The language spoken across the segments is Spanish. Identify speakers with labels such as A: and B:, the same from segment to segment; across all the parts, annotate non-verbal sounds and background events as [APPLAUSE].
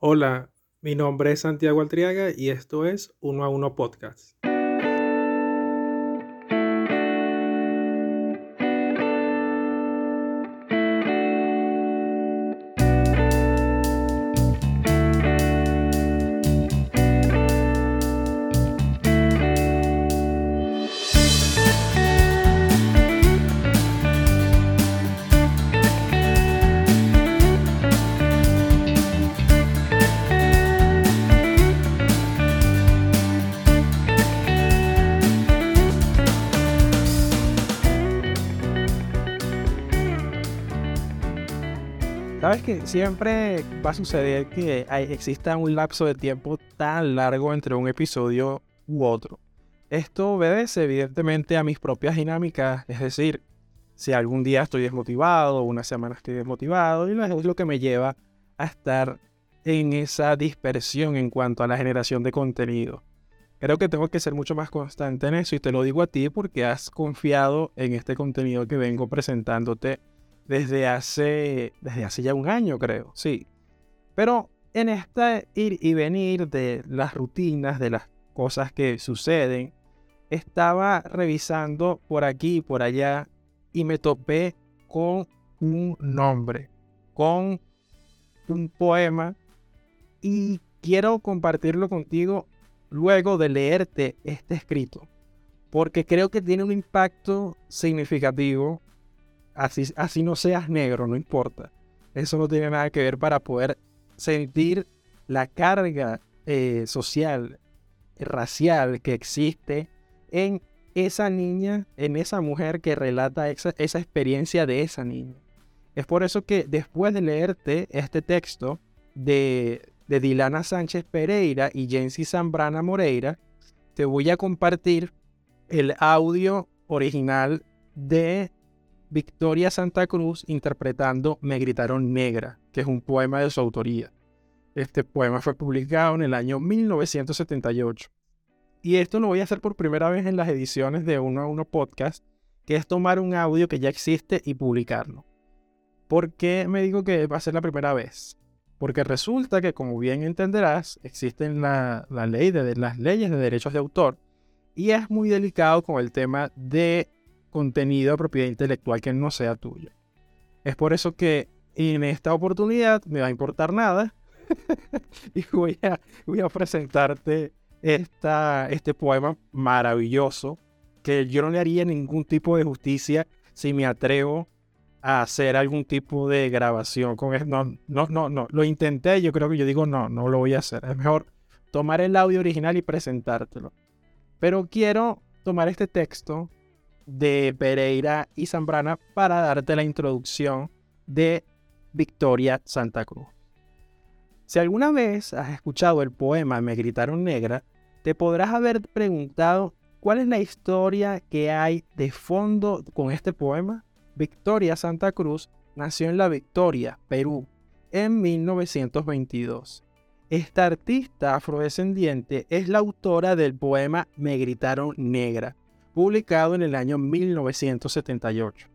A: Hola, mi nombre es Santiago Altriaga y esto es Uno a Uno Podcast.
B: Sabes que siempre va a suceder que hay- exista un lapso de tiempo tan largo entre un episodio u otro. Esto obedece evidentemente a mis propias dinámicas, es decir, si algún día estoy desmotivado, una semana estoy desmotivado, y lo- es lo que me lleva a estar en esa dispersión en cuanto a la generación de contenido. Creo que tengo que ser mucho más constante en eso y te lo digo a ti porque has confiado en este contenido que vengo presentándote desde hace, desde hace ya un año, creo, sí. Pero en este ir y venir de las rutinas, de las cosas que suceden, estaba revisando por aquí y por allá y me topé con un nombre, con un poema y quiero compartirlo contigo luego de leerte este escrito, porque creo que tiene un impacto significativo así, así no seas negro, no importa. Eso no tiene nada que ver para poder sentir la carga eh, social, racial que existe en esa niña, en esa mujer que relata esa, esa experiencia de esa niña. Es por eso que después de leerte este texto de, de Dilana Sánchez Pereira y Jensi Zambrana Moreira, te voy a compartir el audio original de Victoria Santa Cruz interpretando Me gritaron negra, que es un poema de su autoría. Este poema fue publicado en el año 1978. Y esto lo voy a hacer por primera vez en las ediciones de Uno a Uno Podcast, que es tomar un audio que ya existe y publicarlo. ¿Por qué me digo que va a ser la primera vez? Porque resulta que, como bien entenderás, existen la, la ley de, las leyes de derechos de autor y es muy delicado con el tema de contenido de propiedad intelectual que no sea tuyo. Es por eso que en esta oportunidad me va a importar nada [LAUGHS] y voy a, voy a presentarte esta, este poema maravilloso que yo no le haría ningún tipo de justicia si me atrevo a hacer algún tipo de grabación con él. No, no, no, no. Lo intenté, yo creo que yo digo no, no lo voy a hacer. Es mejor tomar el audio original y presentártelo. Pero quiero tomar este texto de Pereira y Zambrana para darte la introducción de Victoria Santa Cruz. Si alguna vez has escuchado el poema Me gritaron negra, te podrás haber preguntado cuál es la historia que hay de fondo con este poema. Victoria Santa Cruz nació en La Victoria, Perú, en 1922. Esta artista afrodescendiente es la autora del poema Me gritaron negra, publicado en el año 1978.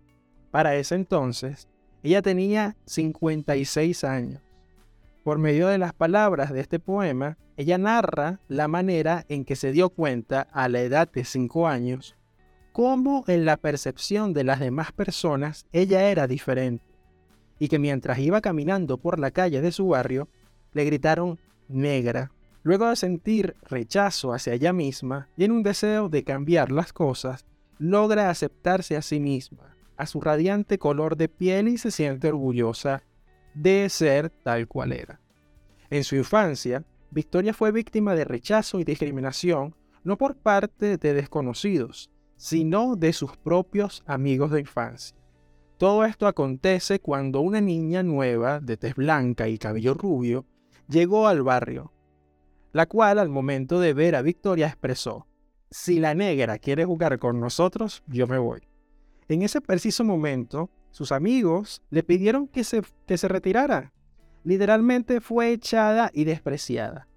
B: Para ese entonces, ella tenía 56 años. Por medio de las palabras de este poema, ella narra la manera en que se dio cuenta a la edad de 5 años cómo en la percepción de las demás personas ella era diferente y que mientras iba caminando por la calle de su barrio le gritaron negra Luego de sentir rechazo hacia ella misma y en un deseo de cambiar las cosas, logra aceptarse a sí misma, a su radiante color de piel y se siente orgullosa de ser tal cual era. En su infancia, Victoria fue víctima de rechazo y discriminación no por parte de desconocidos, sino de sus propios amigos de infancia. Todo esto acontece cuando una niña nueva, de tez blanca y cabello rubio, llegó al barrio la cual al momento de ver a Victoria expresó, si la negra quiere jugar con nosotros, yo me voy. En ese preciso momento, sus amigos le pidieron que se, que se retirara. Literalmente fue echada y despreciada.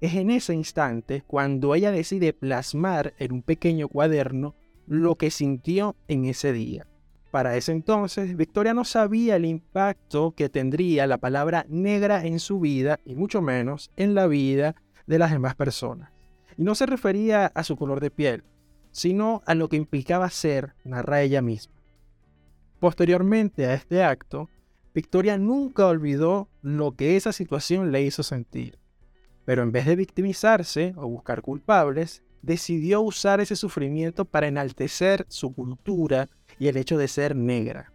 B: Es en ese instante cuando ella decide plasmar en un pequeño cuaderno lo que sintió en ese día, Para ese entonces, Victoria no sabía el impacto que tendría la palabra negra en su vida y mucho menos en la vida de las demás personas. Y no se refería a su color de piel, sino a lo que implicaba ser, narra ella misma. Posteriormente a este acto, Victoria nunca olvidó lo que esa situación le hizo sentir. Pero en vez de victimizarse o buscar culpables, decidió usar ese sufrimiento para enaltecer su cultura y el hecho de ser negra.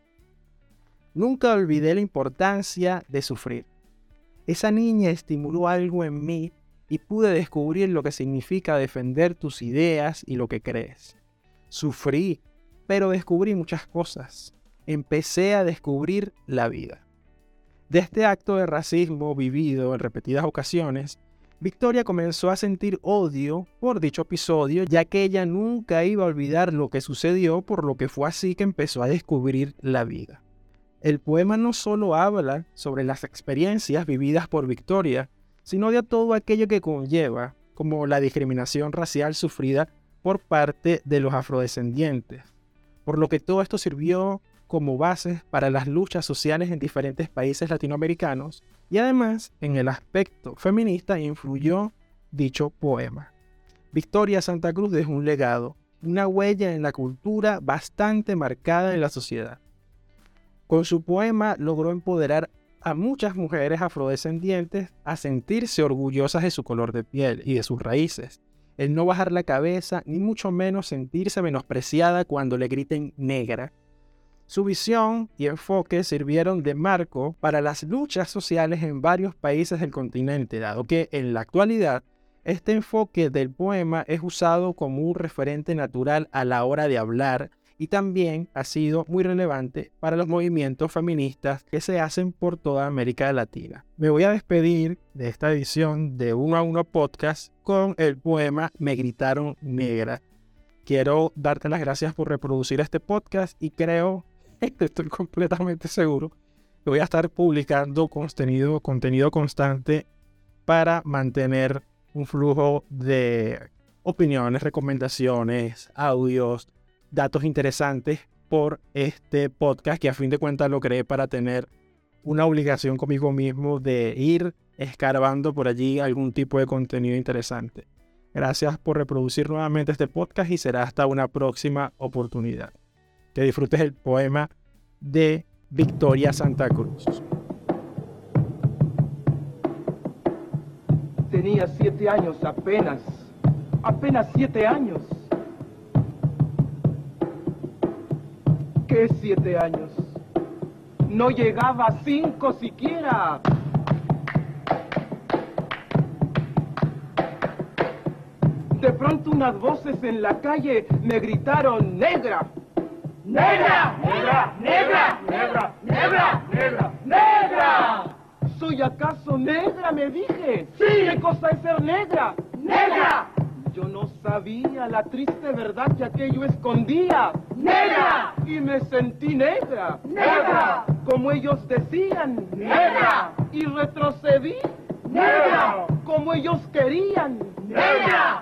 B: Nunca olvidé la importancia de sufrir. Esa niña estimuló algo en mí y pude descubrir lo que significa defender tus ideas y lo que crees. Sufrí, pero descubrí muchas cosas. Empecé a descubrir la vida. De este acto de racismo vivido en repetidas ocasiones, Victoria comenzó a sentir odio por dicho episodio, ya que ella nunca iba a olvidar lo que sucedió, por lo que fue así que empezó a descubrir la vida. El poema no solo habla sobre las experiencias vividas por Victoria, sino de todo aquello que conlleva, como la discriminación racial sufrida por parte de los afrodescendientes, por lo que todo esto sirvió como bases para las luchas sociales en diferentes países latinoamericanos y además en el aspecto feminista influyó dicho poema. Victoria Santa Cruz dejó un legado, una huella en la cultura bastante marcada en la sociedad. Con su poema logró empoderar a muchas mujeres afrodescendientes a sentirse orgullosas de su color de piel y de sus raíces, el no bajar la cabeza ni mucho menos sentirse menospreciada cuando le griten negra su visión y enfoque sirvieron de marco para las luchas sociales en varios países del continente, dado que en la actualidad este enfoque del poema es usado como un referente natural a la hora de hablar y también ha sido muy relevante para los movimientos feministas que se hacen por toda América Latina. Me voy a despedir de esta edición de Uno a Uno Podcast con el poema Me gritaron negra. Quiero darte las gracias por reproducir este podcast y creo [LAUGHS] estoy completamente seguro que voy a estar publicando contenido, contenido constante para mantener un flujo de opiniones, recomendaciones, audios, datos interesantes por este podcast que a fin de cuentas lo creé para tener una obligación conmigo mismo de ir escarbando por allí algún tipo de contenido interesante. Gracias por reproducir nuevamente este podcast y será hasta una próxima oportunidad que disfrutes el poema de Victoria Santa Cruz.
C: Tenía siete años apenas, apenas siete años. ¿Qué siete años? No llegaba a cinco siquiera. De pronto unas voces en la calle me gritaron negra.
D: Negra, negra, negra, negra, negra, negra, negra.
C: ¿Soy acaso negra? Me dije.
D: Sí.
C: ¿Qué cosa es ser negra?
D: Negra,
C: Yo no sabía la triste verdad que aquello escondía.
D: negra,
C: Y me sentí negra.
D: Negra.
C: Como ellos decían.
D: Negra.
C: Y retrocedí.
D: Negra.
C: Como ellos querían.
D: negra,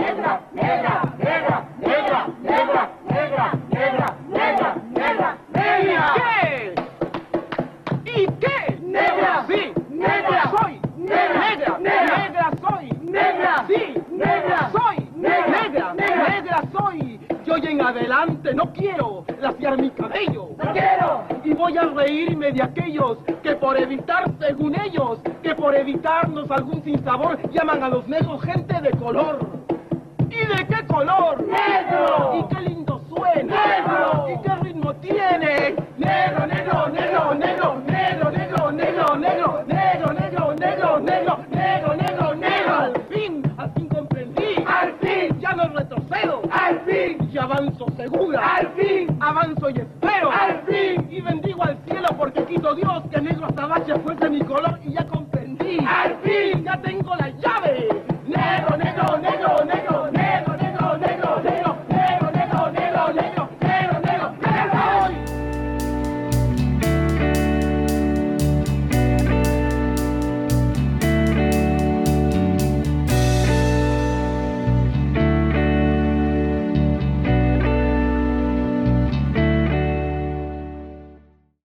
D: negra, negra, negra, negra, negra, negra, negra, negra, negra.
C: ¿Qué? ¿Y qué?
D: Negra.
C: sí,
D: Negra.
C: soy,
D: Negra.
C: negra,
D: Negra.
C: negra soy,
D: Negra.
C: sí,
D: Negra.
C: soy,
D: Negra.
C: negra,
D: Negra.
C: negra soy. Yo y en adelante no quiero laciar mi cabello.
D: ¡No quiero!
C: Y voy a reírme de aquellos que por evitar, según ellos, que por evitarnos algún sinsabor, llaman a los negros gente de color. ¿Y de qué color?
D: ¡Negro!
C: ¿Y qué lindo suena?
D: ¡Negro!
C: ¿Y qué ritmo tiene? Negro, negro, negro, negro, negro, negro, negro, negro, negro, negro, negro, negro, negro, negro, negro. Al fin, al fin comprendí.
D: ¡Al fin!
C: Ya no retrocedo.
D: ¡Al fin!
C: Y avanzo segura.
D: ¡Al fin!
C: Avanzo y espero.
D: ¡Al fin!
C: Y bendigo al cielo porque quito Dios que negro azabache fuese mi color y ya